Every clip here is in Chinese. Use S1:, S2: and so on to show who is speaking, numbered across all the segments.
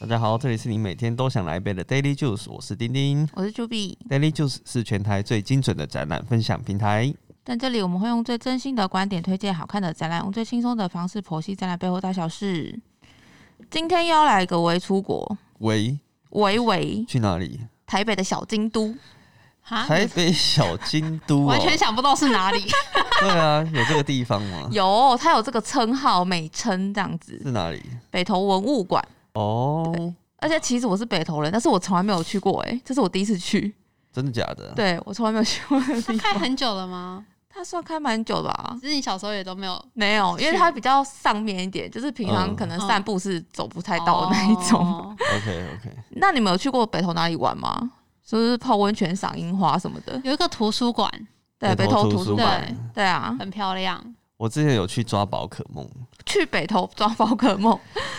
S1: 大家好，这里是你每天都想来一杯的 Daily Juice，我是丁丁。
S2: 我是朱碧，
S1: Daily Juice 是全台最精准的展览分享平台。
S2: 但这里我们会用最真心的观点推荐好看的展览，用最轻松的方式剖析展览背后大小事。今天又要来一个微出国，
S1: 喂，
S2: 微微
S1: 去哪里？
S2: 台北的小京都，哈，
S1: 台北小京都、哦
S2: 啊完全想不到是哪里。
S1: 对啊，有这个地方 吗？
S2: 有，它有这个称号、美称这样子，
S1: 啊是哪里？
S2: 北投文物馆。
S1: 哦，
S2: 而且其实我是北投人，但是我从来没有去过、欸，哎，这是我第一次去，
S1: 真的假的？
S2: 对我从来没有去过的
S3: 他
S2: 地
S3: 开
S2: 方。
S3: 很久了吗？哦
S2: 它算开蛮久的吧？
S3: 只是你小时候也都没有
S2: 没有，因为
S3: 是
S2: 它比较上面一点，就是平常
S1: 嗯
S2: 可能
S3: 嗯
S2: 散步是走不太到的那一种。
S3: 哦
S1: OK OK，
S2: 那你们有去过北投哪里玩吗？就是泡温泉、赏樱花什么的。
S3: 有一个图书馆
S2: 对，
S1: 北
S2: 北
S1: 投
S2: 投
S1: 图
S2: 图
S1: 书
S2: 书
S1: 馆
S2: 馆。对啊，
S3: 很漂亮，
S1: 我之前有去抓宝可梦，
S2: 去北投 抓宝可梦，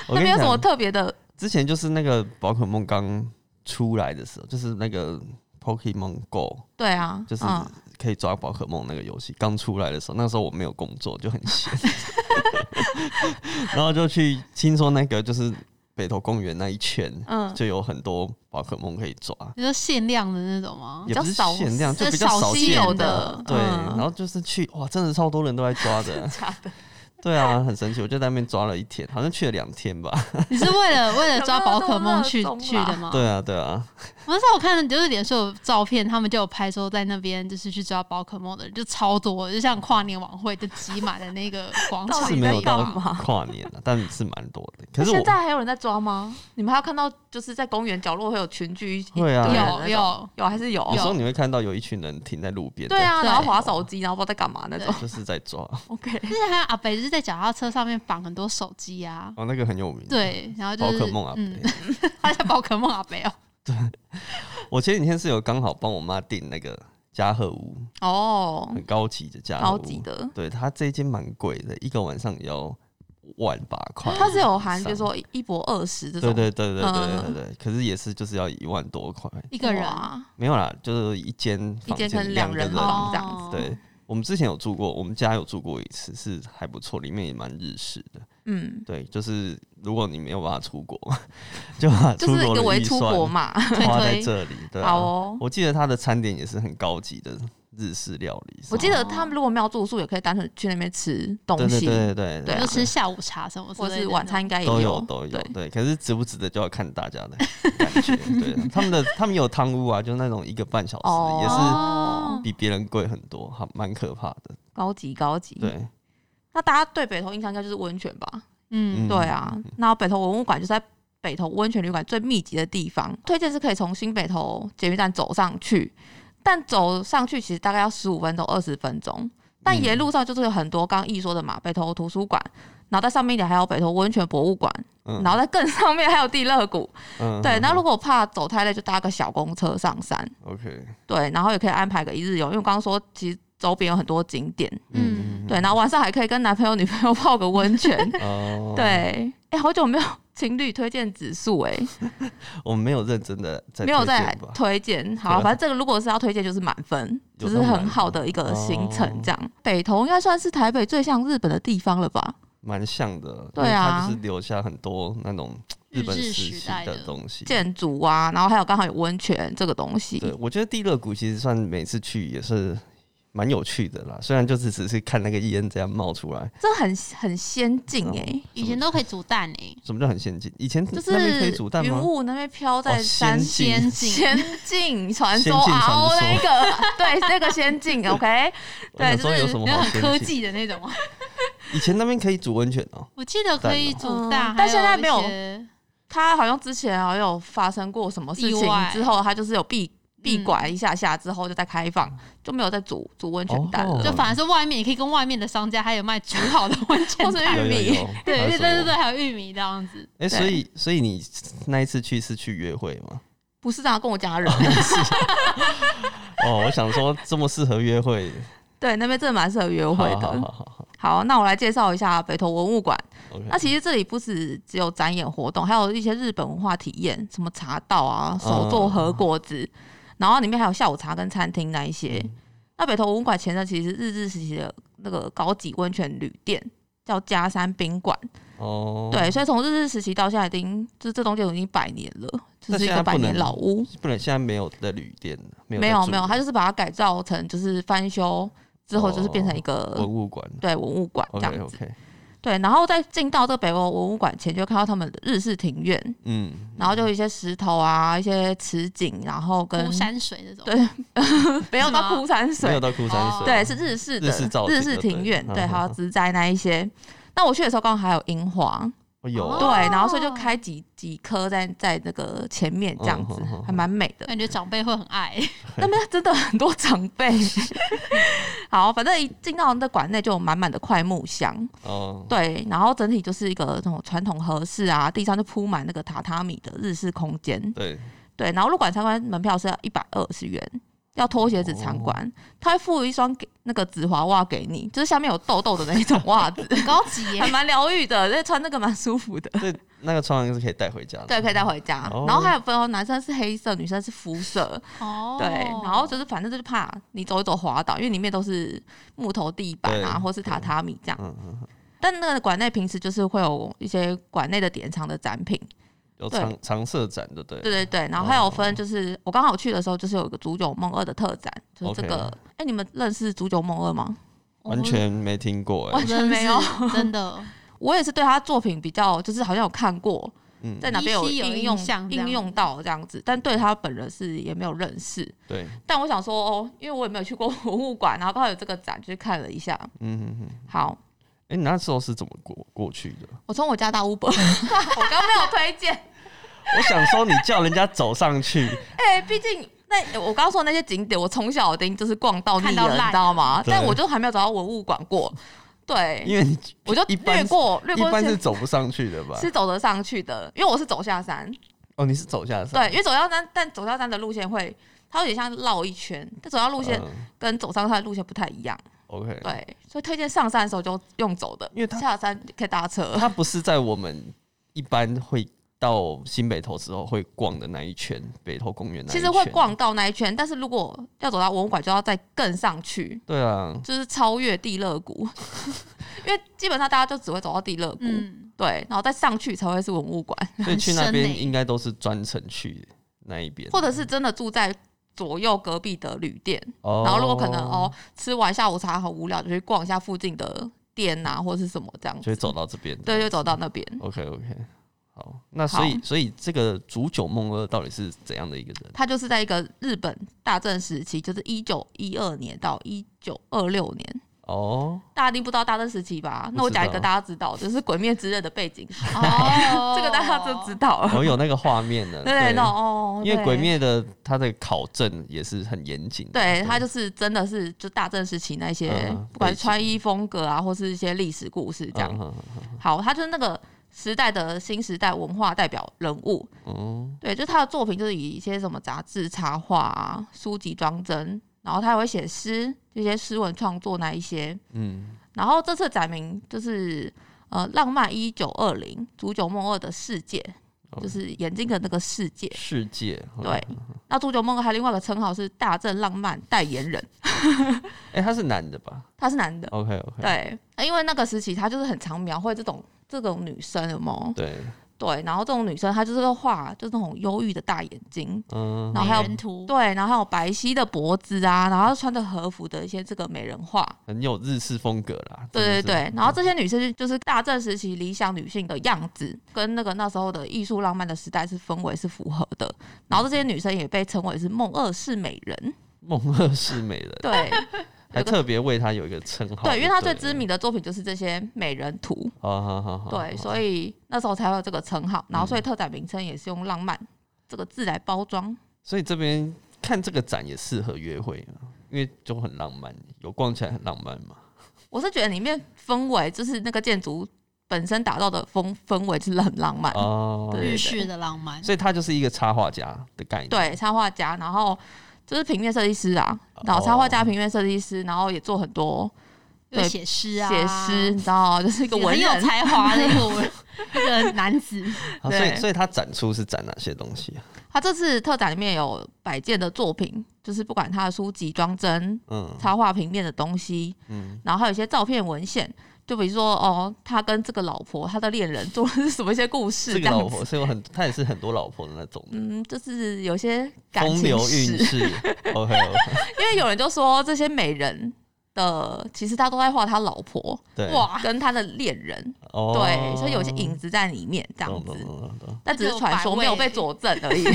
S1: 我
S2: 那
S1: 跟你
S2: 边有什么
S1: 讲，
S2: 特别的？
S1: 之前就是那个宝可梦刚出来的时候，就是那个 Pokemon Go，
S2: 对啊，
S1: 就是
S2: 嗯，
S1: 可以抓宝可梦那个游戏刚出来的时候，那时候我没有工作，就很闲，然后就去听说那个就是北投公园那一圈，
S2: 嗯
S1: 就有很多宝可梦可以抓，
S3: 就是限量的那种 吗？
S1: 也不是
S2: 哦比较少
S1: 限量，就
S3: 就
S1: 比较
S3: 少
S1: 少
S3: 稀
S1: 见
S3: 有
S1: 的
S3: 的，
S1: 对。
S2: 嗯，
S1: 然后就是去哇，真的超多人都在抓的
S2: 假的，
S1: 对啊，很神奇。我就在那边抓了一天，好像去了两天吧。
S3: 你是为了为了抓
S2: 有没有
S3: 宝
S2: 那么
S3: 可梦去
S2: 热衷啦
S3: 去的吗？
S1: 对啊，对啊，
S3: 我那时候我看就是脸书有照片，他们就有拍说在那边就是去抓宝可梦的人就超多，就像跨年晚会就挤满了那个广
S2: 到
S3: 场
S1: 是
S2: 底
S3: 一
S1: 没
S2: 哦在
S3: 样。
S1: 有
S2: 干
S1: 到
S2: 嘛
S1: 跨年了、但是蛮多的。可
S2: 那
S1: 是我
S2: 现在还有人在抓吗？你们还有看到就是在公园角落会有群聚一起？
S1: 会啊
S2: 一堆人那
S3: 有
S2: 种
S3: 有
S2: 有还是有
S1: 有时？候你会看到有一群人停在路边，
S2: 对啊，然后
S3: 对
S2: 划手机，然后不知道在干嘛那种。
S1: 在，就是在抓。
S2: OK，
S3: 之前还有阿北就是在脚踏车上面绑很多手机啊，
S1: 哦，那个很有名。，
S3: 对，然后就
S1: 宝
S3: 是
S1: 可梦啊，
S3: 嗯，他叫宝可梦阿北哦，
S1: 我前几天是有刚好帮我妈订那个嘉禾屋，
S2: 哦，
S1: 很高级的嘉禾
S2: 高
S1: 屋。
S2: 级的，
S1: 对，啊它这一间蛮贵的，一个晚上也要万八块。
S2: 它是有含，比如说一一博二十这种。
S1: 对对对对对对
S2: 嗯
S1: 对对，可是也是就是要一万多块，
S3: 一个人啊
S2: 哇
S1: 没有啦，就是一间
S2: 一
S1: 房
S2: 间可能
S1: 两
S2: 两
S1: 个
S2: 人
S3: 人
S2: 房这样子。
S3: 哦
S1: 对，我们之前有住过，我们家有住过一次，是还不错，里面也蛮日式的。
S2: 嗯，
S1: 对，就是如果你没有办法出国， 就把
S2: 就
S1: 出
S2: 是一
S1: 国
S2: 个
S1: 的
S2: 为
S1: 预
S2: 出国
S1: 算
S2: 嘛。
S3: 推
S1: 花在
S3: 推
S1: 这里。对、啊，
S2: 好哦，
S1: 我记得它的餐点也是很高级的日式料理。
S2: 我记得他们如果没有住宿，也可以单纯去那边吃东
S1: 哦对对
S2: 西，
S1: 对对
S2: 对啊
S3: 就吃下午茶什么之
S2: 或
S3: 类的
S2: 是晚餐应该也
S1: 都有
S2: 有
S1: 都有
S2: 对，
S1: 对，可是值不值得就要看大家的感 觉。对，他们的他们有汤屋啊，就是那种一个半小时，
S2: 哦，
S1: 也是
S2: 哦
S1: 比别人贵很多，还蛮可怕的。
S2: 高级高级。，
S1: 对，
S2: 那大家对北投印象应该就是温泉吧？
S1: 嗯
S3: 嗯
S2: 对啊，那北投文物馆就在北投温泉旅馆最密集的地方，推荐是可以从新北投捷运站走上去，但走上去其实大概要十五分钟、二十分钟。但
S1: 嗯
S2: 沿路上就是有很多刚刚一说的嘛，北投图书馆，然后在上面一点还有北投温泉博物馆，
S1: 嗯
S2: 然后在更上面还有地热谷。
S1: 嗯
S2: 对，那如
S1: 果
S2: 果怕走太累，就搭个小公车上山。
S1: OK，
S2: 对，然后也可以安排个一日游，因为我刚刚说其实周边有很多景点。
S1: 嗯，
S2: 对，然后晚上还可以跟男朋友、女朋友泡个温泉。
S1: 哦，
S2: 对，，哎、好久没有情侣推荐指数哎、
S1: 我们没有认真的在
S2: 没有
S1: 推荐
S2: 再
S1: 吧啊
S2: 推荐。好了，反正这个如果是要推荐，就是满分，
S1: 有
S2: 就是
S1: 到满
S2: 很好的一个行
S1: 哦
S2: 程。这样，北投应该算是台北最像日本的地方了吧？
S1: 蛮像的，
S2: 对
S1: 因为它
S2: 啊
S1: 就是留下很多那种
S3: 日
S1: 本时
S3: 治
S1: 期
S3: 时代
S1: 的
S3: 的
S1: 东西。
S2: 建筑啊，然后还有刚好有温泉这个东西。
S1: 对，我觉得地热谷其实算每次去也是蛮有趣的啦，虽然就只只是看那个烟这样冒出来，
S2: 这很很先进
S1: 哦
S2: 哎、
S3: 以前都可以煮蛋欸诶、
S1: 什么叫很先进？以前
S2: 就
S1: 那边可以
S2: 是
S1: 煮蛋
S2: 云
S1: 吗？
S2: 雾那边飘在
S1: 哦
S2: 山
S1: 先进
S3: 先进，
S2: 先进传说
S1: 先进传说
S2: RO 那个，对，那个先进，OK，
S1: 我想说
S2: 对
S1: 有
S2: 就
S1: 什
S2: 是
S1: 么
S3: 然
S1: 好
S3: 后很科
S1: 先进？
S3: 技的那种啊。
S1: 以前那边可以煮温泉哦、
S3: 我记得可以煮
S2: 嗯
S3: 蛋，
S2: 但现在没有
S3: 还一
S1: 嗯
S3: 些
S2: 他好像之前好像有发生过什么事
S3: 意
S2: 情
S3: 外
S2: 之后，他就是有
S1: 嗯
S2: 闭闭拐一下下之后就再开放，就没有再煮煮温泉蛋
S1: 哦
S2: 了，
S3: 就反而是外面也可以跟外面的商家还有卖煮好的温泉
S2: 或
S3: 蛋
S2: 是
S1: 有有
S2: 玉米。
S1: 有，
S3: 对
S1: 还有
S3: 对对
S1: 什么
S3: 对对，还有玉米这样子。
S1: 哎、
S2: 对
S1: 所以所以你那一次去是去约会吗？
S2: 不是这样跟我家人，
S1: 哦，我想说这么适合约 会，
S2: 对，那边真的蛮适合约会
S1: 好好
S2: 的。
S1: 好好好
S2: 好，那我来介绍一下北投文物馆。
S1: ，OK，
S2: 那其实这里不止只有展演活动，还有一些日本文化体验，什么茶道啊、
S1: 哦
S2: 手作和果子，然后里面还有下午茶跟餐厅那一
S1: 嗯
S2: 些。那北投文物馆前身其实是日治时期的那个高级温泉旅店，叫嘉山宾馆。
S1: 哦，
S2: 对，，所以从日治时期到现在，已经就是这栋建筑已经百年了，就
S1: 那
S2: 是一
S1: 现
S2: 个
S1: 在
S2: 百
S1: 不
S2: 年
S1: 能
S2: 老屋。
S1: 不然现在没有的旅店了，没有
S2: 没
S1: 没
S2: 有没有，它就是把它改造成就是翻修之后，就是变成一个、
S1: 文物馆。
S2: 对文物馆这样
S1: OK
S2: 子。
S1: OK，
S2: 对，然后在进到这个北欧文物馆前，就看到他们的日式庭院，
S1: 嗯，
S2: 然后就有一些石头啊，一些池景，然后跟
S3: 湖山水这种，
S2: 对 没有到
S3: 是吗
S2: 枯山
S1: 没有
S2: 水，
S1: 到枯山水，
S2: 哦对，是日式的
S1: 日式造景就对
S2: 庭院，
S1: 嗯
S2: 对，
S1: 嗯
S2: 还有
S1: 嗯
S2: 植栽那一些。那我去的时候刚好还有樱花，
S1: 哦有
S2: 对
S1: 啊
S3: 哦，
S2: 然后所以就开几几棵在在那个前面这样子
S1: 嗯嗯嗯，嗯
S2: 还蛮美的。
S3: 感觉长辈会很爱。
S2: 那边真的很多长辈。好，反正一进到那馆内就有满满的快木香，
S1: 哦，
S2: 对，然后整体就是一个那种传统和室啊，地上就铺满那个榻榻米的日式空间，
S1: 对，
S2: 对，然后入馆参观门票是要一百二十元。要脱鞋子参
S1: 哦
S2: 观，他会附一双给那个紫华袜给你，就是下面有痘痘的那一种袜子，
S3: 很高级耶
S2: 还，蛮疗愈的，那穿那个蛮舒服 的，
S1: 这那个穿完是可以带回家的。
S2: 对，可以带回家。
S1: 哦
S2: 然后还有分哦，男生是黑色，女生是肤色，
S3: 哦，
S2: 对，然后就是反正就是怕你走一走滑倒，因为里面都是木头地板啊，
S1: 对
S2: 或是榻榻米这样。
S1: 嗯嗯，嗯
S2: 但那个馆内平时就是会有一些馆内的典藏的展品，
S1: 有
S2: 对
S1: 常常设展的，对
S2: 对对对。然后还
S1: 哦
S2: 有分，就是、我刚好去的时候，就是有一个《煮酒梦二》的特展，就是这个。
S1: OK
S2: 哎、你们认识《煮酒梦二》吗？哦
S3: 我
S1: 完全没听过哎
S2: 完，全没有
S3: 我真的是，真的
S2: 我也是对他作品比较，就是好像有看过，
S1: 嗯，
S2: 在哪边有
S3: 依稀有
S2: 应
S3: 印
S2: 用
S3: 象这样
S2: 应用到这样子，但对他本人是也没有认识。
S1: 对，
S2: 但我想说哦，因为我也没有去过 博物馆，然后刚好有这个展，就是看了一下。
S1: 嗯嗯嗯，
S2: 好，
S1: 哎，你那时候是怎么过过去的？
S2: 我从我家到 Uber，我 刚没有推荐。
S1: 我想说，你叫人家走上 去，
S2: 哎、毕竟那我刚刚说那些景点，我从小丁就是逛到腻
S3: 看到
S2: 了，你
S3: 烂
S2: 知道吗？
S1: 对
S2: 但我就还没有找到文物馆过，对，
S1: 因为你
S2: 我就
S1: 一
S2: 略
S1: 般
S2: 过略
S1: 一
S2: 过
S1: 般是
S2: 是
S1: 走不上去的吧？
S2: 是走得上去的，因为我是走下山，
S1: 哦，你是走下山，
S2: 对，因为走下山，但走下山的路线会。它有点像绕一圈，但走下路线
S1: 嗯
S2: 跟走上山的路线不太一样，
S1: OK，
S2: 对，所以推荐上山的时候就用走的，
S1: 因为它
S2: 下山可以搭车。
S1: 它不是在我们一般会到新北投时候会逛的那一圈，北投公园那一
S2: 其
S1: 圈。
S2: 实会，逛到那一圈，但是如果要走到文物馆，就要再更上去，
S1: 对啊，
S2: 就是超越地热谷， 因为基本上大家就只会走到地热谷，
S3: 嗯，
S2: 对，然后再上去才会是文物馆，
S1: 所以去那
S3: 很深
S1: 边
S3: 欸
S1: 应该都是专程去那一边，
S2: 或者是真的住在左右隔壁的旅店，
S1: 哦
S2: 然后如果可能哦，，吃完下午茶很无聊，就去逛一下附近的店啊，或是什么这样
S1: 就
S2: 子，
S1: 会走到这边。
S2: 对，就走到那边。
S1: ，OK OK，好，那所以所以这个煮酒梦二到底是怎样的一个人？
S2: 他就是在一个日本大正时期，就是一九一二年到一九二六年，
S1: 哦，
S2: 大家一定不知道大正时期吧？那
S1: 不
S2: 我
S1: 知道
S2: 讲一个大家知道，就是《鬼灭之刃》的背景，
S3: 哦，
S2: 这个大家就知道了。
S1: 我有那个画面的，
S2: 对，那哦，
S1: 哦因为《
S2: 对
S1: 鬼灭》的它的考证也是很严谨的，
S2: 对他就是真的是就大正时期那些，
S1: 嗯嗯
S2: 不管
S1: 背
S2: 是
S1: 景
S2: 穿衣风格啊，或是一些历史故事这样。
S1: 嗯
S2: 好，他就是那个时代的新时代文化代表人物。
S1: 嗯
S2: 对，就是他的作品就是以一些什么杂志插画啊、书籍装帧，然后他也会写诗，这些诗文创作那一些。
S1: 嗯，
S2: 然后这次展名就是呃，浪漫一九二零，煮酒梦二的世界，
S1: 哦
S2: 就是眼睛的那个世界。
S1: 世界，嗯
S2: 对，那煮酒梦二还有另外一个称号是大正浪漫代言人，
S1: 哎，他是男的吧
S2: 他是男的。
S1: ？OK OK，
S2: 对，啊因为那个时期他就是很常描绘这种这种女生有没有？
S1: 对，
S2: 对，然后这种女生她就是会画就是那种忧郁的大眼睛，
S1: 嗯，
S2: 然后还有
S3: 美人图，
S2: 对，然后还有白皙的脖子啊，然后她穿着和服的一些这个美人画，
S1: 很有日式风格啦。
S2: 对
S1: 真的是
S2: 对对，然后这些女生就就是大正时期理想女性的样子，跟那个那时候的艺术浪漫的时代是氛围是符合的，然后这些女生也被称为是梦二世美人，
S1: 梦二世美人，
S2: 对
S1: 还特别为他有一个称号。
S2: 对，因为她最
S1: 了
S2: 知。名的作品就是这些美人图，
S1: 好好好好，嗯
S2: 对，所以那时候才会有这个称号，然后所以特展名称也是用“浪漫”这个字来包装。
S1: 所以这边看这个展也适合约会啊，因为就很浪漫，有逛起来很浪漫嘛。
S2: 我是觉得里面氛围就是那个建筑本身打造的风氛围就是很浪漫，
S1: 哦，
S2: 对
S3: 日式的浪漫，
S1: 所以他就是一个插画家的概念。
S2: 对，插画家，然后就是平面设计师啊，然后插画
S1: 哦
S2: 家、平面设计师，然后也做很多
S3: 又
S2: 对
S3: 写诗啊，
S2: 写诗，你知道吗？就是一个
S3: 也
S2: 文
S3: 很有
S2: 人。
S3: 才华的 一个文一个男子，
S1: 好，啊所
S2: 对
S1: 以所以他展出是展哪些东西啊？
S2: 他这次特展里面有百件的作品，就是不管他的书籍装帧、
S1: 嗯
S2: 插画平面的东西，
S1: 嗯，
S2: 然后还有一些照片文献，就比如说哦，他跟这个老婆、他的恋人做的是什么一些故事
S1: 这
S2: 这
S1: 个
S2: 样
S1: 老
S2: 子。
S1: 婆是有很，她也是很多老婆的那种的，
S2: 嗯，就是有些感
S1: 风
S2: 情
S1: 流
S2: 史，
S1: 韵事。OK，
S2: 因为有人就说这些美人的，其实他都在画他老婆
S1: 对，
S3: 哇，
S2: 跟他的恋人，
S1: 哦，
S2: 对，所以有一些影子在里面这样
S1: 懂。懂
S2: 子，
S1: 懂懂懂
S2: 但只是传说，
S3: 那就有百味
S2: 没有被佐证而已。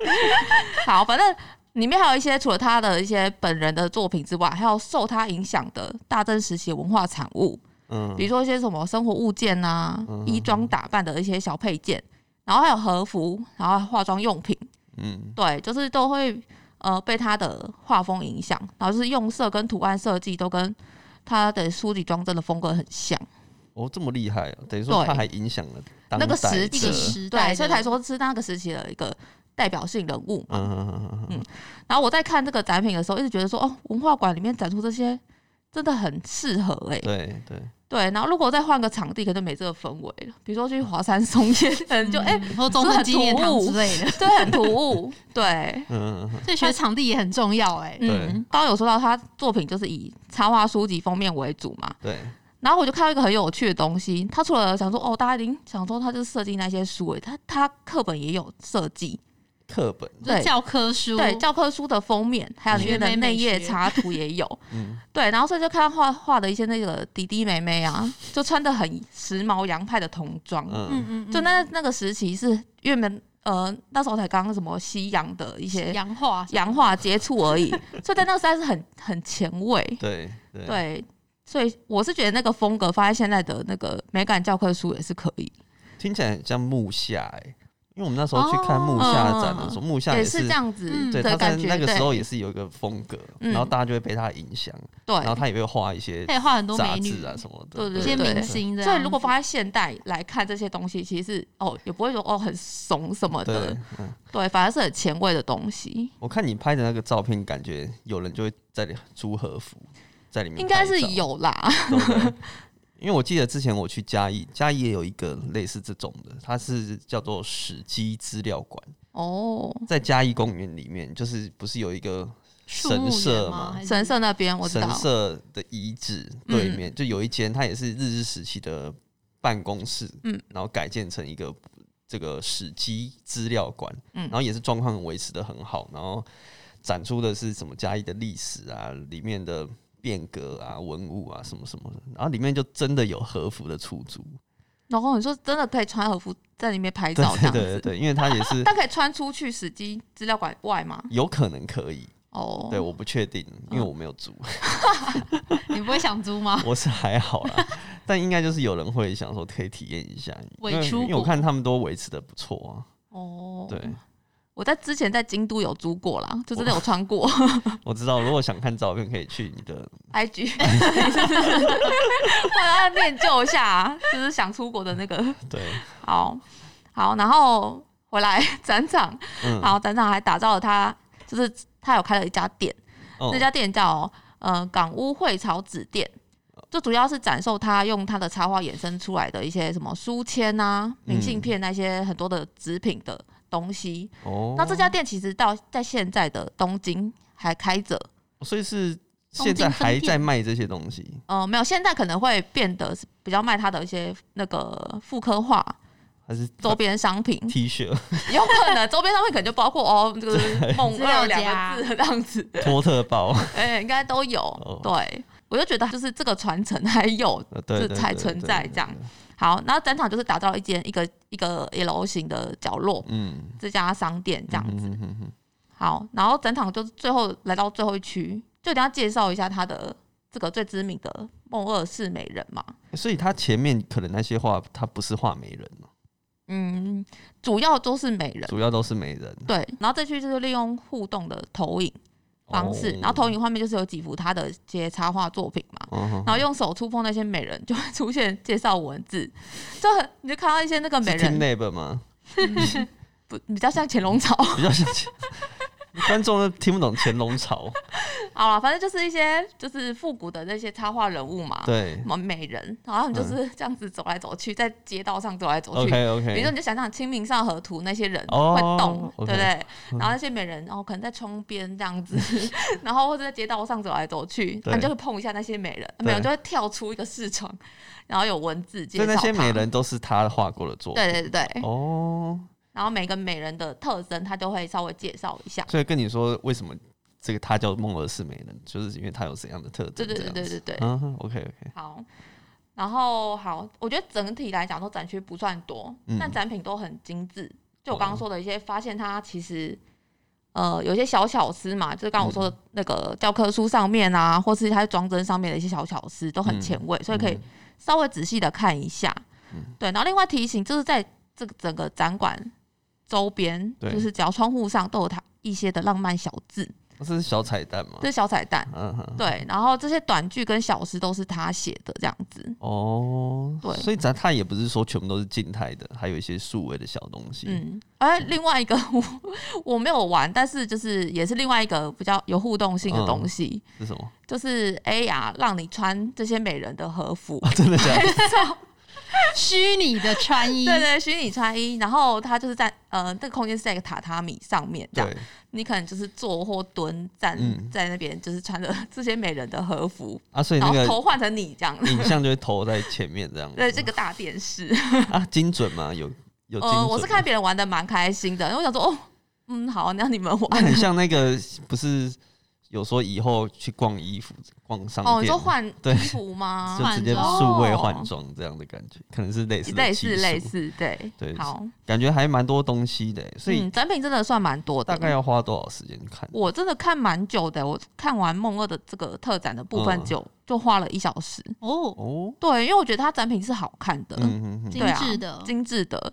S2: 好，反正里面还有一些除了他的一些本人的作品之外，还有受他影响的大正时期的文化产物，
S1: 嗯
S2: 比如说一些什么生活物件啊、
S1: 嗯
S2: 衣装打扮的一些小配件，然后还有和服，然后化妆用品，
S1: 嗯
S2: 对，就是都会呃被他的画风影响，然后就是用色跟图案设计都跟他的书籍装帧的风格很像，
S1: 哦，这么厉害啊！等于说
S2: 对
S1: 他还影响了当
S2: 那个
S1: 代的
S2: 时期
S3: 那个时代
S2: 对，
S3: 的
S2: 所以才说是那个时期的一个代表性人物嘛。
S1: 嗯嗯嗯嗯嗯，
S2: 然后我在看这个展品的时候，一直觉得说，哦，文化馆里面展出这些真的很适合哎、
S1: 对对，
S2: 对，然后如果再换个场地，可能就没这个氛围了。比如说去华山松 烟，可能就哎、
S3: 嗯或中正纪念堂之类 的，
S2: 对，很突兀。对，
S1: 嗯嗯嗯
S3: 所以选场地也很重要哎、
S1: 对
S2: 嗯，刚刚有说到他作品就是以插画书籍封面为主嘛，
S1: 对，
S2: 然后我就看到一个很有趣的东西，他除了想说哦，大家已经想说他就是设计那些书诶，他他课本也有设计，
S1: 课本，
S3: 就
S2: 对
S3: 是教科书，
S2: 对，教科书的封面，还有里面的
S3: 学妹
S2: 内
S3: 美
S2: 页
S3: 学
S2: 插图也 有，
S1: 嗯
S2: 对，然后所以就看到画画的一些那个弟弟妹妹啊，就穿的很时髦洋派的童装，
S3: 嗯
S1: 嗯
S3: 嗯，嗯
S2: 就那那个时期是原本呃那时候才刚什么西洋的一些
S3: 洋画，
S2: 洋画接触而 已，所以在那个时代是很很前卫，
S1: 对对，
S2: 对，所以我是觉得那个风格放在现在的那个美感教科书也是可以，
S1: 听起来很像木下哎，因为我们那时候去看木下展
S2: 哦
S1: 的时候，木下
S2: 也
S1: 啊是
S2: 这。样子
S3: 嗯
S1: 对，
S2: 的
S1: 他在
S2: 感觉，
S1: 那个
S2: 对
S1: 时候也是有一个风格，
S2: 嗯
S1: 然后大家就会被他影响，然后
S2: 对。
S1: 他也会画一些
S3: 他也画很多
S1: 杂
S3: 美女
S1: 志啊什么的，
S2: 对对
S1: 对
S3: 一些
S2: 对
S3: 明星这样
S2: 所以如果放在现代来看这些东西，其实是哦也不会说哦很怂什么的
S1: 对，，嗯，
S2: 对，反而是很前卫的东西。
S1: 我看你拍的那个照片，感觉有人就会在里租和服，在里面
S2: 应该是
S1: 拍照
S2: 有啦，
S1: 对不对 因为我记得之前我去嘉义，嘉义也有一个类似这种的，它是叫做史基资料馆，
S2: 哦，
S1: 在嘉义公园里面，就是不是有一个
S3: 树木
S1: 神社
S3: 园
S1: 嘛
S3: 吗？还是
S2: 神社那边我知
S1: 神
S2: 道，
S1: 社的遗址对面，
S2: 嗯
S1: 就有一间它也是日治时期的办公室，
S2: 嗯
S1: 然后改建成一个这个史基资料馆，
S2: 嗯
S1: 然后也是状况维持的很好，然后展出的是什么嘉义的历史啊，里面的变革啊、文物啊什么什么的，然后里面就真的有和服的出租，
S2: 然后你说真的可以穿和服在里面拍
S1: 对
S2: 照这
S1: 对
S2: 样
S1: 对
S2: 子
S1: 对，对，因为它也是
S2: 但可以穿出去史基资料馆外吗？
S1: 有可能可以，
S2: 哦，
S1: 对，我不确定，因为我没有租。
S3: 你不会想租吗？
S1: 我是还好啦， 但应该就是有人会想说可以体验一下，因
S3: 伪
S1: 为
S3: 出
S1: 因为我
S3: 国
S1: 看他们都维持的不错
S2: 哦
S1: 啊。，对，
S2: 我在之前在京都有租过啦，就真的有穿 过
S1: 我知道，如果想看照片，可以去你的
S2: IG，我要练就一下啊，就是想出国的那个，
S1: 对，
S2: 好好，然后回来展场，
S1: 嗯，
S2: 好展场还打造了他，就是他有开了一家店，
S1: 嗯
S2: 那家店叫呃港屋会草纸店。
S1: 哦
S2: 就主要是展售他用他的插画衍生出来的一些什么书签啊、明信
S1: 嗯
S2: 片那些很多的纸品的东西，
S1: 哦，
S2: 那这家店其实到在现在的东京还开着，
S1: 所以是
S3: 东
S1: 现在
S3: 京分
S1: 还在
S3: 店
S1: 卖这些东西，
S2: 呃，没有，现在可能会变得是比较卖它的一些那个复刻化
S1: 还是，
S2: 周边商品
S1: T 恤、
S2: 有可能周边商品可能就包括哦，这个“梦二”两个字这样子，
S1: 托特包，
S2: 哎、应该都有。
S1: 哦
S2: 对，我就觉得就是这个传承还有。
S1: 呃对对
S2: 这
S1: 对，
S2: 才
S1: 对
S2: 存
S1: 对
S2: 在
S1: 对
S2: 这样
S1: 对
S2: 好，然后展场就是打造一间一个一个 L 型的角落，
S1: 嗯，
S2: 这家商店这样子。
S1: 嗯哼哼哼哼
S2: 好，然后整场就是最后来到最后一区，就一定要介绍一下他的这个最知名的梦二世美人嘛。
S1: 嗯所以他前面可能那些画，他不是画美人哦，
S2: 嗯，主要都是美人。
S1: 主要都是美人
S2: 对，然后这区就是利用互动的投影方式，然后投
S1: 影，
S2: 影画面就是有几幅他的一些插画作品嘛，
S1: 嗯哼
S2: 然后用手触碰那些美人，就会出现介绍文字，就很你就看到一些那个美
S1: 是 Team
S2: 人
S1: Lab 吗？
S3: 嗯
S2: 不比较像乾隆朝，
S1: 比较像观众都听不懂乾隆朝，
S2: 好了，反正就是一些就是复古的那些插画人物嘛，
S1: 对嗯
S2: 什么美人，然后他们就是这样子走来走去，在街道上走来走去。
S1: ，OK
S2: 比如说，
S1: OK，
S2: 你就想想《清明上河图》那些人
S1: 哦
S2: 会动，
S1: OK 嗯
S2: 对不对？然后那些美人，然后可能在窗边这样子， 然后或者在街道上走来走去，
S1: 对
S2: 那你就会碰一下那些美人，
S1: 对
S2: 美人就会跳出一个视窗，然后有文字介
S1: 所
S2: 绍
S1: 以那些
S2: 她
S1: 美，人都是他画过的作品。
S2: 对对啊对，
S1: 哦，
S2: 然后每个美人的特征，他就会稍微介绍一下。
S1: 所以跟你说为什么这个他叫梦儿是美人，就是因为他有怎样的特征？
S2: 对对
S1: 这
S2: 对
S1: 样
S2: 对
S1: 子
S2: 对对，
S1: 嗯哼，OK OK，
S2: 好。然后好，我觉得整体来讲，都展区不算多，
S1: 嗯
S2: 但展品都很精致。就我
S1: 哦
S2: 刚刚说的一些，发现它其实呃有一些小巧思嘛，就是刚刚我说的那个教科书上面啊，或是它在装帧上面的一些小巧思，都很
S1: 嗯
S2: 前卫，所以可以
S1: 嗯
S2: 稍微仔细的看一下。
S1: 嗯
S2: 对，然后另外提醒，就是在这个整个展馆周边，
S1: 对
S2: 就是只要窗户上都有它一些的浪漫小字，
S1: 哦这是小彩蛋嘛
S2: 这？是小彩蛋。
S1: 啊嗯哼，
S2: 对，然后这些短剧跟小诗都是他写的，这样子。
S1: 哦，
S2: 对
S1: 所以咱他也不是说全部都是静态的，还有一些数位的小东西。
S2: 嗯，而另外一个 我我没有玩，但是就是也是另外一个比较有互动性的
S1: 嗯
S2: 东西，
S1: 是什么？
S2: 就是 AR 让你穿这些美人的和服，
S1: 哦真的假 的？
S3: 虚拟的穿衣，
S2: 对对，虚拟穿衣，然后它就是在呃这个空间是在一个榻榻米上面这样，
S1: 对，
S2: 你可能就是坐或蹲站、
S1: 嗯
S2: 在那边，就是穿着 这些美人的和服，
S1: 啊，所以
S2: 然
S1: 那
S2: 后
S1: 个
S2: 头换成你这样，
S1: 影像就会投在前面这样子。
S2: 对这个大电视。
S1: 啊，精准吗？有有精准吗。
S2: 呃，我是看别人玩的蛮开心的，因为我想说，哦，嗯，好，那你们
S1: 那
S2: 玩
S1: 啊很像那个，不是有说以后去逛衣服、逛商店，
S2: 哦，你说换衣
S1: 对
S2: 服吗？
S1: 就直接
S3: 换装
S1: 数位换装这样的感觉，可能是类似的
S2: 类
S1: 技
S2: 似
S1: 术
S2: 类，似，对
S1: 对
S2: 好，
S1: 感觉还蛮多东西的，所以
S2: 嗯，展品真的算蛮多的，
S1: 大概要花多少时间去看？
S2: 我真的看蛮久的，我看完梦二的这个特展的部分
S1: 嗯
S2: 就、就花了一小时，
S3: 哦，
S1: 哦，
S2: 对，因为我觉得它展品是好看的，
S1: 嗯嗯嗯，
S3: 精
S2: 对啊
S3: 致的，
S2: 精致的。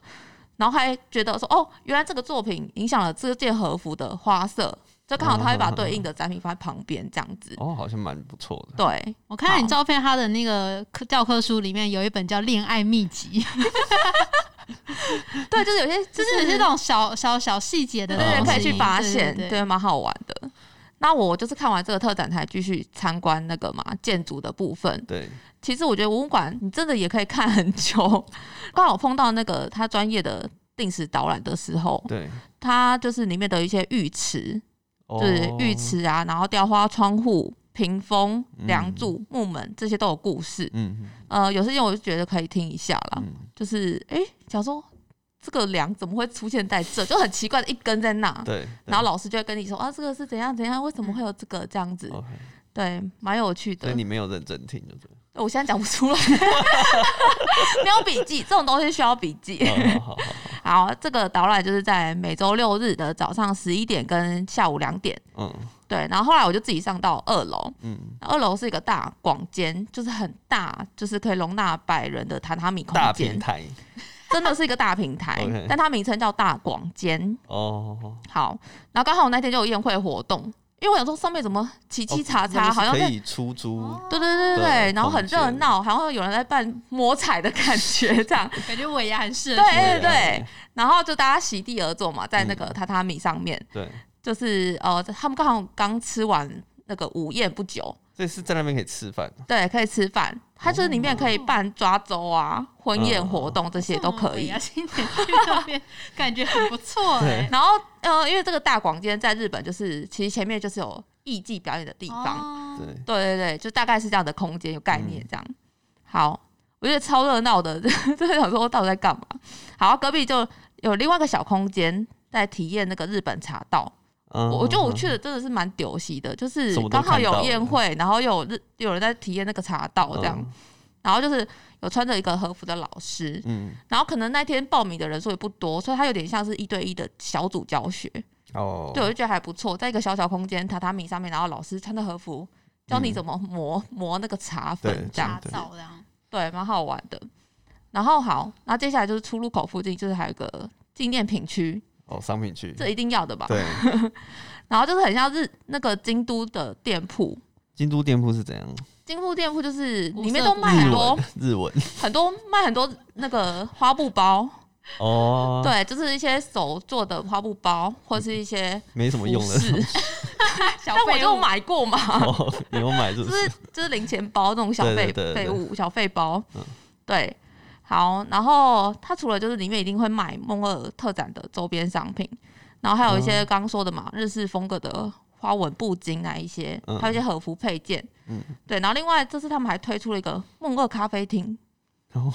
S2: 然后还觉得说，哦，原来这个作品影响了这件和服的花色，就刚好它会把对应的展品放在旁边这样子。
S1: 哦，好像蛮不错的。
S2: 对，
S3: 我看到
S2: 好
S3: 你照片，他的那个课教科书里面有一本叫《恋爱秘籍》，
S2: 对，就是有 些， 就
S3: 就是有些这种小小小细节的
S2: 对对
S3: 东
S1: 哦
S2: 对，
S3: 西，
S2: 可以去发现，
S3: 对
S2: 对，蛮好玩的。那我就是看完这个特展才继续参观那个嘛建筑的部分。
S1: 对，
S2: 其实我觉得文物馆你真的也可以看很久。刚好碰到那个他专业的定时导览的时候，
S1: 对，
S2: 他就是里面的一些浴池，就是
S1: 哦
S2: 浴，池啊，然后雕花窗户、屏风、
S1: 嗯
S2: 梁柱、木门这些都有故事。
S1: 嗯
S2: 呃，有时间我就觉得可以听一下啦。
S1: 嗯，
S2: 就是哎，想说这个梁怎么会出现在这？就很奇怪的一根在那。
S1: 对，
S2: 啊然后老师就会跟你说啊，这个是怎样怎样，为什么会有这个这样子？
S1: OK，
S2: 对，蛮有趣
S1: 哦所
S2: 的
S1: 以。你没有认真听，就对了。
S2: 我现在讲不出来， 没有笔记，这种东西需要笔记。
S1: 哦好好好，
S2: 好，这个导览就是在每周六日的早上十一点跟下午两点。
S1: 好嗯
S2: 对，然后后来我就自己上到二楼，
S1: 嗯，
S2: 二楼是一个大广间，就是很大，就是可以容纳百人的榻榻米空
S1: 大平
S2: 间，
S1: 台
S2: 真的是一个大平台
S1: OK，
S2: 但它名称叫大广间。
S1: 哦，
S2: 好，然后刚好我那天就有宴会活动，因为我想说上面怎么奇奇
S1: 哦
S2: 叉
S1: 那
S2: 叉，
S1: 就是
S2: 好像
S1: 可
S2: 在
S1: 以出租
S3: 哦
S2: 对对对对对，
S1: 的
S2: 然后很
S1: 空
S2: 热
S1: 间
S2: 闹，好像有人在办摸彩的感 觉这样。
S3: 感觉尾牙很适
S2: 对
S3: 合去。
S2: 对对
S1: 对，
S2: 然后就大家席地而坐嘛，在那个
S1: 嗯
S2: 榻榻米上面，
S1: 对，
S2: 就是呃，他们刚好刚吃完那个午宴不久，
S1: 所以是在那边可以吃饭。
S2: 对，可以吃饭。它就是里面可以
S1: 哦
S2: 办抓周啊、婚宴活
S1: 嗯
S2: 动这些都可以
S3: 尾牙。新年去那边感觉很不错哎、
S1: 对
S2: 然后呃，因为这个大广间在日本就是其实前面就是有艺伎表演的地方，
S3: 哦
S1: 对，
S2: 对对对，就大概是这样的空间有概
S1: 嗯
S2: 念这样。好，我觉得超热闹的， 就是想说到底在干嘛？好，隔壁就有另外一个小空间在体验那个日本茶道。
S1: 嗯
S2: 我我觉得我去的真的是蛮丢西的，就是
S1: 什么都
S2: 刚好
S1: 看
S2: 有
S1: 到
S2: 宴
S1: 了
S2: 会，然后又有日又有人在体验那个茶道这样，，然后就是有穿着一个和服的老师，
S1: 嗯，
S2: 然后可能那天报名的人数也不多，所以他有点像是一对一的小组教学。
S1: 哦，
S2: 对，我就觉得还不错，在一个小小空间榻榻米上面，然后老师穿着和服教你
S1: 嗯
S2: 怎么磨、磨那个茶粉
S1: 对
S2: 这样
S3: 打
S1: 茶，对
S3: 造这样，
S2: 对，蛮好玩的。然后好，然后接下来就是出入口附近，就是还有一个纪念品区，
S1: 哦，商品区，
S2: 这一定要的吧？
S1: 对，
S2: 然后就是很像日那个京都的店铺，
S1: 京都店铺是怎样？
S2: 京都店铺就是
S3: 古
S2: 里面
S3: 色
S2: 都
S3: 古
S2: 卖很
S1: 日
S2: 多
S1: 文，日文，
S2: 很多卖很多那个花布包，
S1: 哦，，
S2: 对，就是一些手做的花布包或是一些
S1: 没什么用
S2: 服
S1: 的，
S2: 饰，
S3: 小
S2: 但我
S3: 废
S2: 就
S3: 物
S2: 买过嘛，
S1: 哦，你有买是
S2: 就
S1: 不
S2: 是
S1: 是？
S2: 就是零钱包那种小
S1: 对
S2: 费
S1: 对对
S2: 废
S1: 对
S2: 物、小费包
S1: 嗯，
S2: 对。好，然后它除了就是里面一定会买梦二特展的周边商品，然后还有一
S1: 嗯
S2: 些刚刚说的嘛，日式风格的花纹布巾啊那一些，
S1: 嗯
S2: 还有一些和服配件，
S1: 嗯
S2: 对。然后另外这次他们还推出了一个梦二咖啡厅，
S1: 然后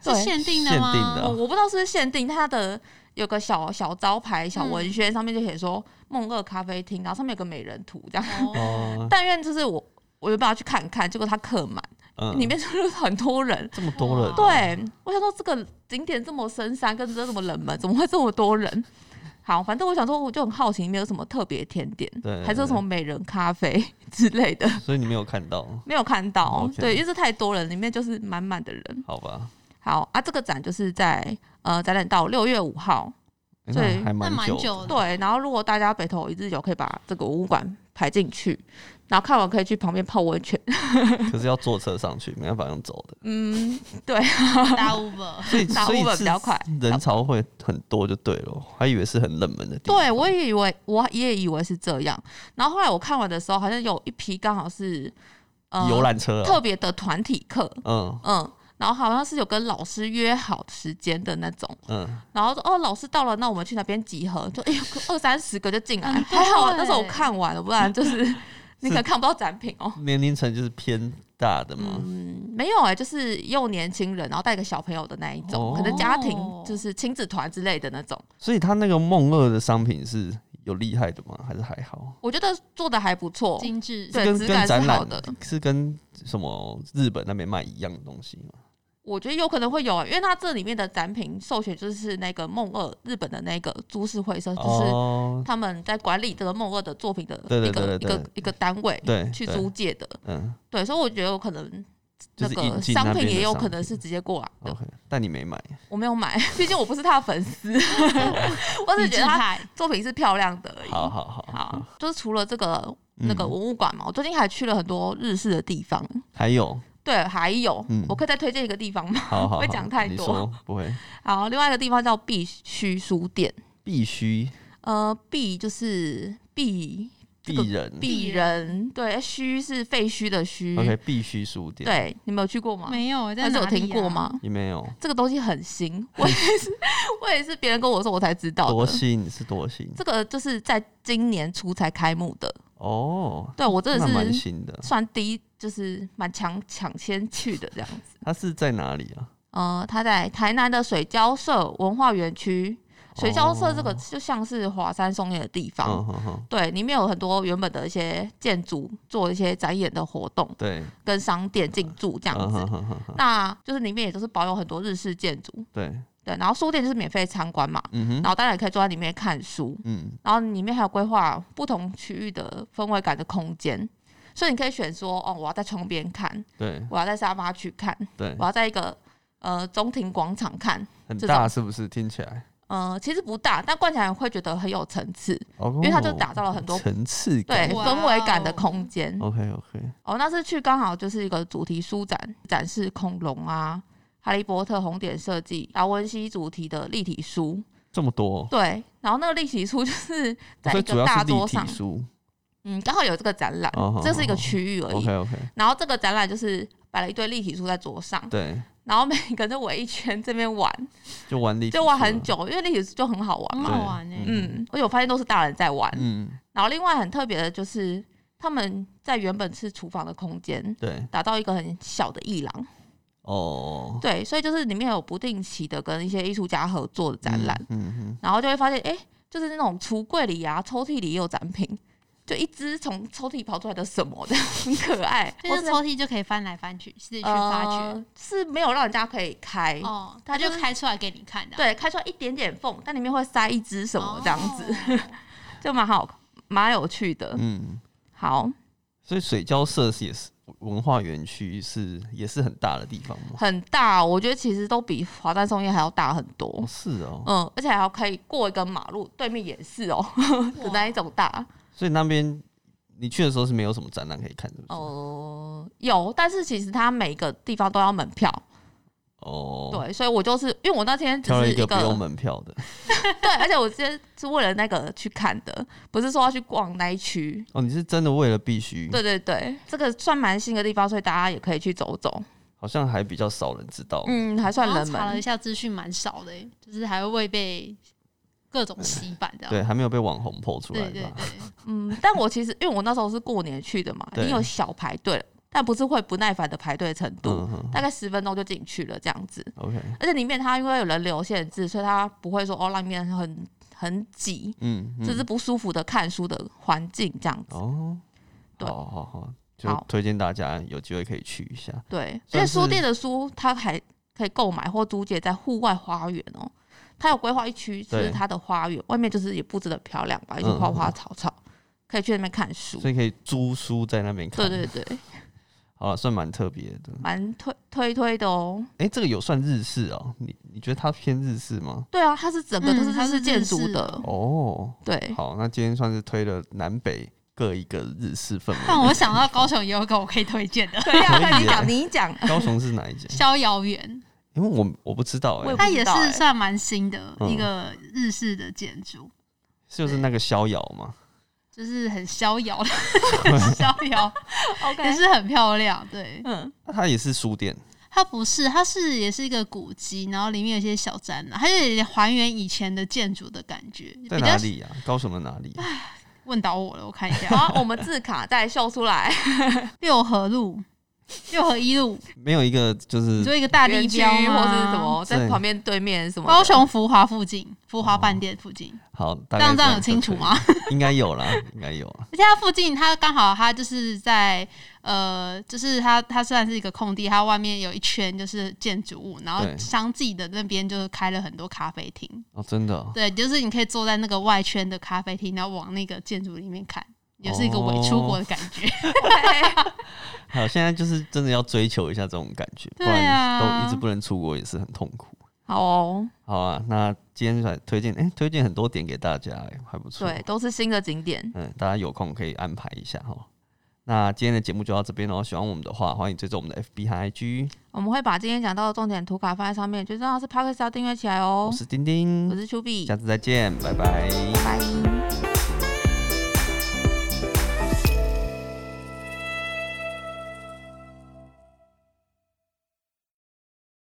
S3: 是
S2: 对
S3: 限定的
S1: 限
S3: 吗？
S1: 定的
S2: 哦，我不知道是不是限定，它的有个小小招牌、
S3: 嗯
S2: 小文宣，上面就写说“梦二咖啡厅”，然后上面有个美人图这样。
S3: 哦，
S1: 哦，
S2: 但愿就是我，我原本要去看看，结果它客满，
S1: 嗯，哦
S2: 里面就是很多人。
S1: 这么多人，
S3: 哇
S2: 对，我想说这个景点这么深山，跟这这么冷门，怎么会这么多人？ 好，反正我想说，我就很好奇，里面有什么特别甜点，
S1: 对
S2: 还是有什么美人咖啡之类的，
S1: 所以你没有看到，
S2: 没有看到。
S1: 哦 OK
S2: 对，因为这太多人，里面就是满满的人。
S1: 好吧？
S2: 好啊，这个展就是在呃展览到六月五号，
S1: 诶
S2: 对
S1: 哎那还
S3: 那
S1: 蛮
S3: 蛮
S1: 久
S3: 久的
S2: 对，然后如果大家北投一日游，可以把这个博物馆排进去，然后看完可以去旁边泡温泉。
S1: 的，可是要坐车上去，没办法用走的，
S2: 嗯，
S3: 大 Uber。
S1: 所以
S2: 打
S1: 所以
S2: Uber
S1: 是
S2: 比较快
S1: 人潮会很多就对了，还以为是很冷门的地方，
S2: 对我也以为，我也以为是这样。然后后来我看完的时候，好像有一批刚好是呃
S1: 游览车啊，
S2: 特别的团体课，
S1: 嗯
S2: 嗯，然后好像是有跟老师约好时间的那种。
S1: 嗯，
S2: 然后说哦，老师到了，那我们去哪边集合？就哎呦，二三十个就进来，
S3: 很多
S2: 还好啊
S3: 欸
S2: 那时候我看完了，不然就是 你可能看不到展品哦。
S1: 年龄层就是偏大的嘛，
S2: 嗯，没有哎、就是又年轻人，然后带个小朋友的那一种，
S1: 哦
S2: 可能家庭就是亲子团之类的那种。
S1: 所以他那个梦二的商品是有厉害的吗？还是还好？
S2: 我觉得做的还不错，
S3: 精致，
S2: 对，
S1: 跟
S2: 质
S1: 跟
S2: 感是
S1: 展
S2: 好
S1: 览
S2: 的。
S1: 是跟什么日本那边卖一样的东西吗？
S2: 我觉得有可能会有、啊，因为它这里面的展品授权就是那个梦二日本的那个株式会社，呃就是
S1: 哦，
S2: 他们在管理这个梦二的作品的
S1: 对对
S2: 一个
S1: 对对
S2: 一个
S1: 对
S2: 一个单位
S1: 对，
S2: 去
S1: 对
S2: 租，借的。
S1: 嗯，
S2: 对，所以我觉得有可能
S1: 就是
S2: 那
S1: 引
S2: 个
S1: 进那
S2: 商
S1: 边
S2: 品
S1: 的
S2: 也有可
S1: 商哦
S2: 能是直接过来的。
S1: OK，但你没买，
S2: 我没有买，毕竟我不是他的粉丝，
S1: 哦
S2: 我只
S3: 自
S2: 是觉得他
S3: 派，
S2: 作品是漂亮的而已。
S1: 好好好，
S2: 好，就是除了这个
S1: 嗯
S2: 那个文物馆嘛，我最近还去了很多日式的地方。
S1: 还有，
S2: 对，还有，
S1: 嗯
S2: 我可以再推荐一个地方吗？
S1: 好好好
S2: 会讲太
S1: 你
S2: 多
S1: 说不会，
S2: 好，另外一个地方叫必须书店，
S1: 必须
S2: 呃，必就是必这个
S1: 必人
S2: 必人，对，哎虚是废墟的虚。
S1: ，OK，必须书店，，
S2: 对，你们有去过吗？
S3: 没有，在
S2: 还是
S3: 哪
S2: 有
S3: 里
S2: 听过
S3: 啊？
S2: 吗？
S1: 也没有
S2: 这个东西很新， 我也是，我也是别人跟我说我才知道
S1: 多
S2: 的。
S1: 新是多新
S2: 这个就是在今年初才开幕的，
S1: 哦，
S2: 对我真
S1: 那
S2: 的
S1: 蛮
S2: 是
S1: 新的，
S2: 算第一，就是蛮抢抢先去的这样子。
S1: 它是在哪里啊？
S2: 呃，它在台南的水交社文化园区，水交社这个
S1: 哦
S2: 就像是华山松叶的地方，
S1: 嗯哼哼，
S2: 对，里面有很多原本的一些建筑做一些展演的活动，
S1: 对，
S2: 跟商店进驻这样
S1: 嗯
S2: 子。
S1: 哼哼哼哼，
S2: 那就是里面也都是保有很多日式建筑，
S1: 对，
S2: 对，然后书店就是免费参观嘛，
S1: 嗯
S2: 然
S1: 哼，
S2: 后当然也可以坐在里面看书，
S1: 嗯，
S2: 然后里面还有规划不同区域的氛围感的空间，所以你可以选说，哦，我要在窗边看，
S1: 对
S2: 我要在沙发去看，
S1: 对
S2: 我，要在一个呃中庭广场看，
S1: 很
S2: 这
S1: 大
S2: 种
S1: 是不是？听起来，
S2: 呃，其实不大，但逛起来会觉得很有层次，
S1: 因
S2: 因为它就打造了很多
S1: 哦层次
S2: 对
S1: 感，
S3: 哇
S2: 氛围感的
S3: 哦
S2: 空间。
S1: OK OK，
S2: 哦，那次去刚好就是一个主题书展，展示恐龙啊、哈利波特红点设计、达文西主题的立体书。
S1: 这么多哦，
S2: 对，然后那个立体书就是在
S1: 所以
S2: 一
S1: 主
S2: 个
S1: 要
S2: 大
S1: 是立
S2: 桌上
S1: 体，书。
S2: 嗯，刚好有这个展览，
S1: 哦好
S2: 这是一个
S1: 好好
S2: 区域而已。
S1: OK OK，
S2: 然后这个展览就是摆了一堆立体书在桌上，
S1: 对，
S2: 然后每个人就围一圈这边玩，
S1: 就玩立体，啊
S2: 就玩很。久，因为立体书就很好玩
S3: 很
S2: 嘛。
S3: 好玩哎，
S2: 嗯，而且我发现都是大人在玩。
S1: 嗯，
S2: 然后另外很特别的就是，他们在原本是厨房的空间，
S1: 对，
S2: 打造一个很小的艺廊。
S1: 哦，
S2: 对，所以就是里面有不定期的跟一些艺术家合作的展览，
S1: 嗯，嗯嗯，
S2: 然后就会发现，哎、就是那种橱柜里啊、抽屉里也有展品，就一只从抽屉跑出来的什么的， 很可爱。
S3: 就
S2: 或
S3: 是抽屉就可以翻来翻去，自己去发掘。
S2: 呃是没有让人家可以开，
S3: 哦，
S2: 它
S3: 它就
S2: 就是
S3: 开出来给你看的啊，
S2: 对，开出来一点点缝，但里面会塞一只什么
S3: 哦
S2: 这样子，就蛮好，蛮有趣的。
S1: 嗯，
S2: 好，
S1: 所以水交社是也是文化园区，是也是很大的地方吗？
S2: 很大，哦我觉得其实都比华山松叶还要大很
S1: 哦，
S2: 多。
S1: 是哦，
S2: 嗯，而且还要可以过一个马路，对面也是哦 的那一种大。
S1: 所以那边你去的时候是没有什么
S2: 哦
S1: 展览可以看，是不是？
S2: 哦，有，但是其实它每个地方都要门票，
S1: 哦，，
S2: 对，所以我就是因为我那天只
S1: 挑了
S2: 是
S1: 一
S2: 一
S1: 个不用
S2: 个
S1: 门票的。
S2: 对，而且我今天是为了那个去看的，不是说要去逛那一区。
S1: 哦，你是真的为了必须？
S2: 对对对，这个算蛮新的地方，所以大家也可以去走走。
S1: 好像还比较少人知道。
S2: 嗯，还 算
S3: 然后
S2: 冷
S3: 查了一
S2: 门。
S3: 下资讯，蛮少的、欸，就是还会被各种洗版这样。
S1: 对，还没有被网红剖出来
S3: 对
S1: 吧？
S3: 对对，
S2: 嗯，但我其实因为我那时候是过年去的嘛，已
S1: 对
S2: 经有小排队了，但不是会不耐烦的排队程 度，
S1: 嗯哼
S2: 大概十分钟就进去了这样子。
S1: ，OK，
S2: 而且里面它因为有人流限制，所以它不会说哦让里面很很挤，
S1: 嗯，嗯
S2: 就是不舒服的看书的环境这样子。
S1: 哦，
S2: 对
S1: 好好好，就
S2: 好
S1: 推荐大家有机会可以去一下。
S2: 对，
S1: 算
S2: 而且
S1: 是
S2: 书店的书，它还可以购买或租借在户外花园哦。它有规划一区是
S1: 对
S2: 它的花园，外面就是也布置的漂亮吧，一些
S1: 嗯
S2: 花花草草，可以去那边看书。
S1: 所以可以租书在那边看，
S2: 对对对，
S1: 好了，算蛮特别的。
S2: 蛮推推推的哦。
S1: 哎、这个有算日式哦？你你觉得它偏日式吗？
S2: 对啊，它是整个
S3: 嗯
S2: 都是
S3: 它
S2: 日
S3: 是
S2: 式建筑
S3: 日式
S2: 的，
S1: 哦，
S2: 对，，
S1: 好，那今天算是推了南北各一个日式氛围。
S3: 但我想到高雄也有一个我可以推荐的
S2: 对啊，
S1: 可以
S2: 那你
S1: 耶
S2: 讲你讲，
S1: 高雄是哪一间？
S3: 逍遥园，
S1: 因为我我不知道哎、
S2: 我也不
S3: 它
S2: 知
S3: 也
S2: 道欸
S3: 是算蛮新的
S1: 嗯
S3: 一个日式的建筑，
S1: 就是那个逍遥嘛。
S3: 就是很逍遥的逍遥，也
S2: 也是
S3: 是很漂亮。对，
S2: 嗯，
S1: 那它也是书店，
S3: 它不是，它是也是一个古迹，然后里面有一些小展览，它就有点还原以前的建筑的感觉。
S1: 在
S3: 比
S1: 哪
S3: 较
S1: 里啊？高雄的哪里？
S3: 问倒我了，我看一下，
S2: 好，我们字卡再秀出来，
S3: 六合路、六合一路，
S1: 没有一个就是
S3: 你做一个大地
S2: 园区
S3: 标
S2: 或是
S3: 吗
S2: 什么，在
S1: 对
S2: 旁边对面什么的
S3: 高雄福华附近，福华饭店附近，
S1: 好，大
S3: 这
S1: 概
S3: 样这样
S1: 就
S3: 有清楚
S1: 可以
S3: 吗？？
S1: 应该有啦，应该有啊啦。
S3: 而且它附近，它刚好它就是在呃，就是它它虽然是一个空地，它外面有一圈就是建筑物，然后
S1: 对
S3: 相继的那边就是开了很多咖啡厅，
S1: 哦，真的哦、
S3: 对，就是你可以坐在那个外圈的咖啡厅，然后往那个建筑里面看，也是一个伪出国的感觉。
S2: 对
S1: 还有现在就是真的要追求一下这种感觉，不
S3: 对啊
S1: 然都一直不能出国也是很痛苦。
S2: 好哦，
S1: 好啊，那今天来推荐，哎、推荐很多点给大家、哎还不错。
S2: 对，，都是新的景点，
S1: 嗯，大家有空可以安排一下哈。那今天的节目就到这边喽，喜欢我们的话，欢迎追踪我们的 FB 和 IG。
S2: 我们会把今天讲到的重点图卡放在上面，最重要的是 p o d c a s t 要订阅起来哦
S1: 我。是丁丁
S2: 我，是丘比
S1: 下，次再见，拜拜。
S2: 拜。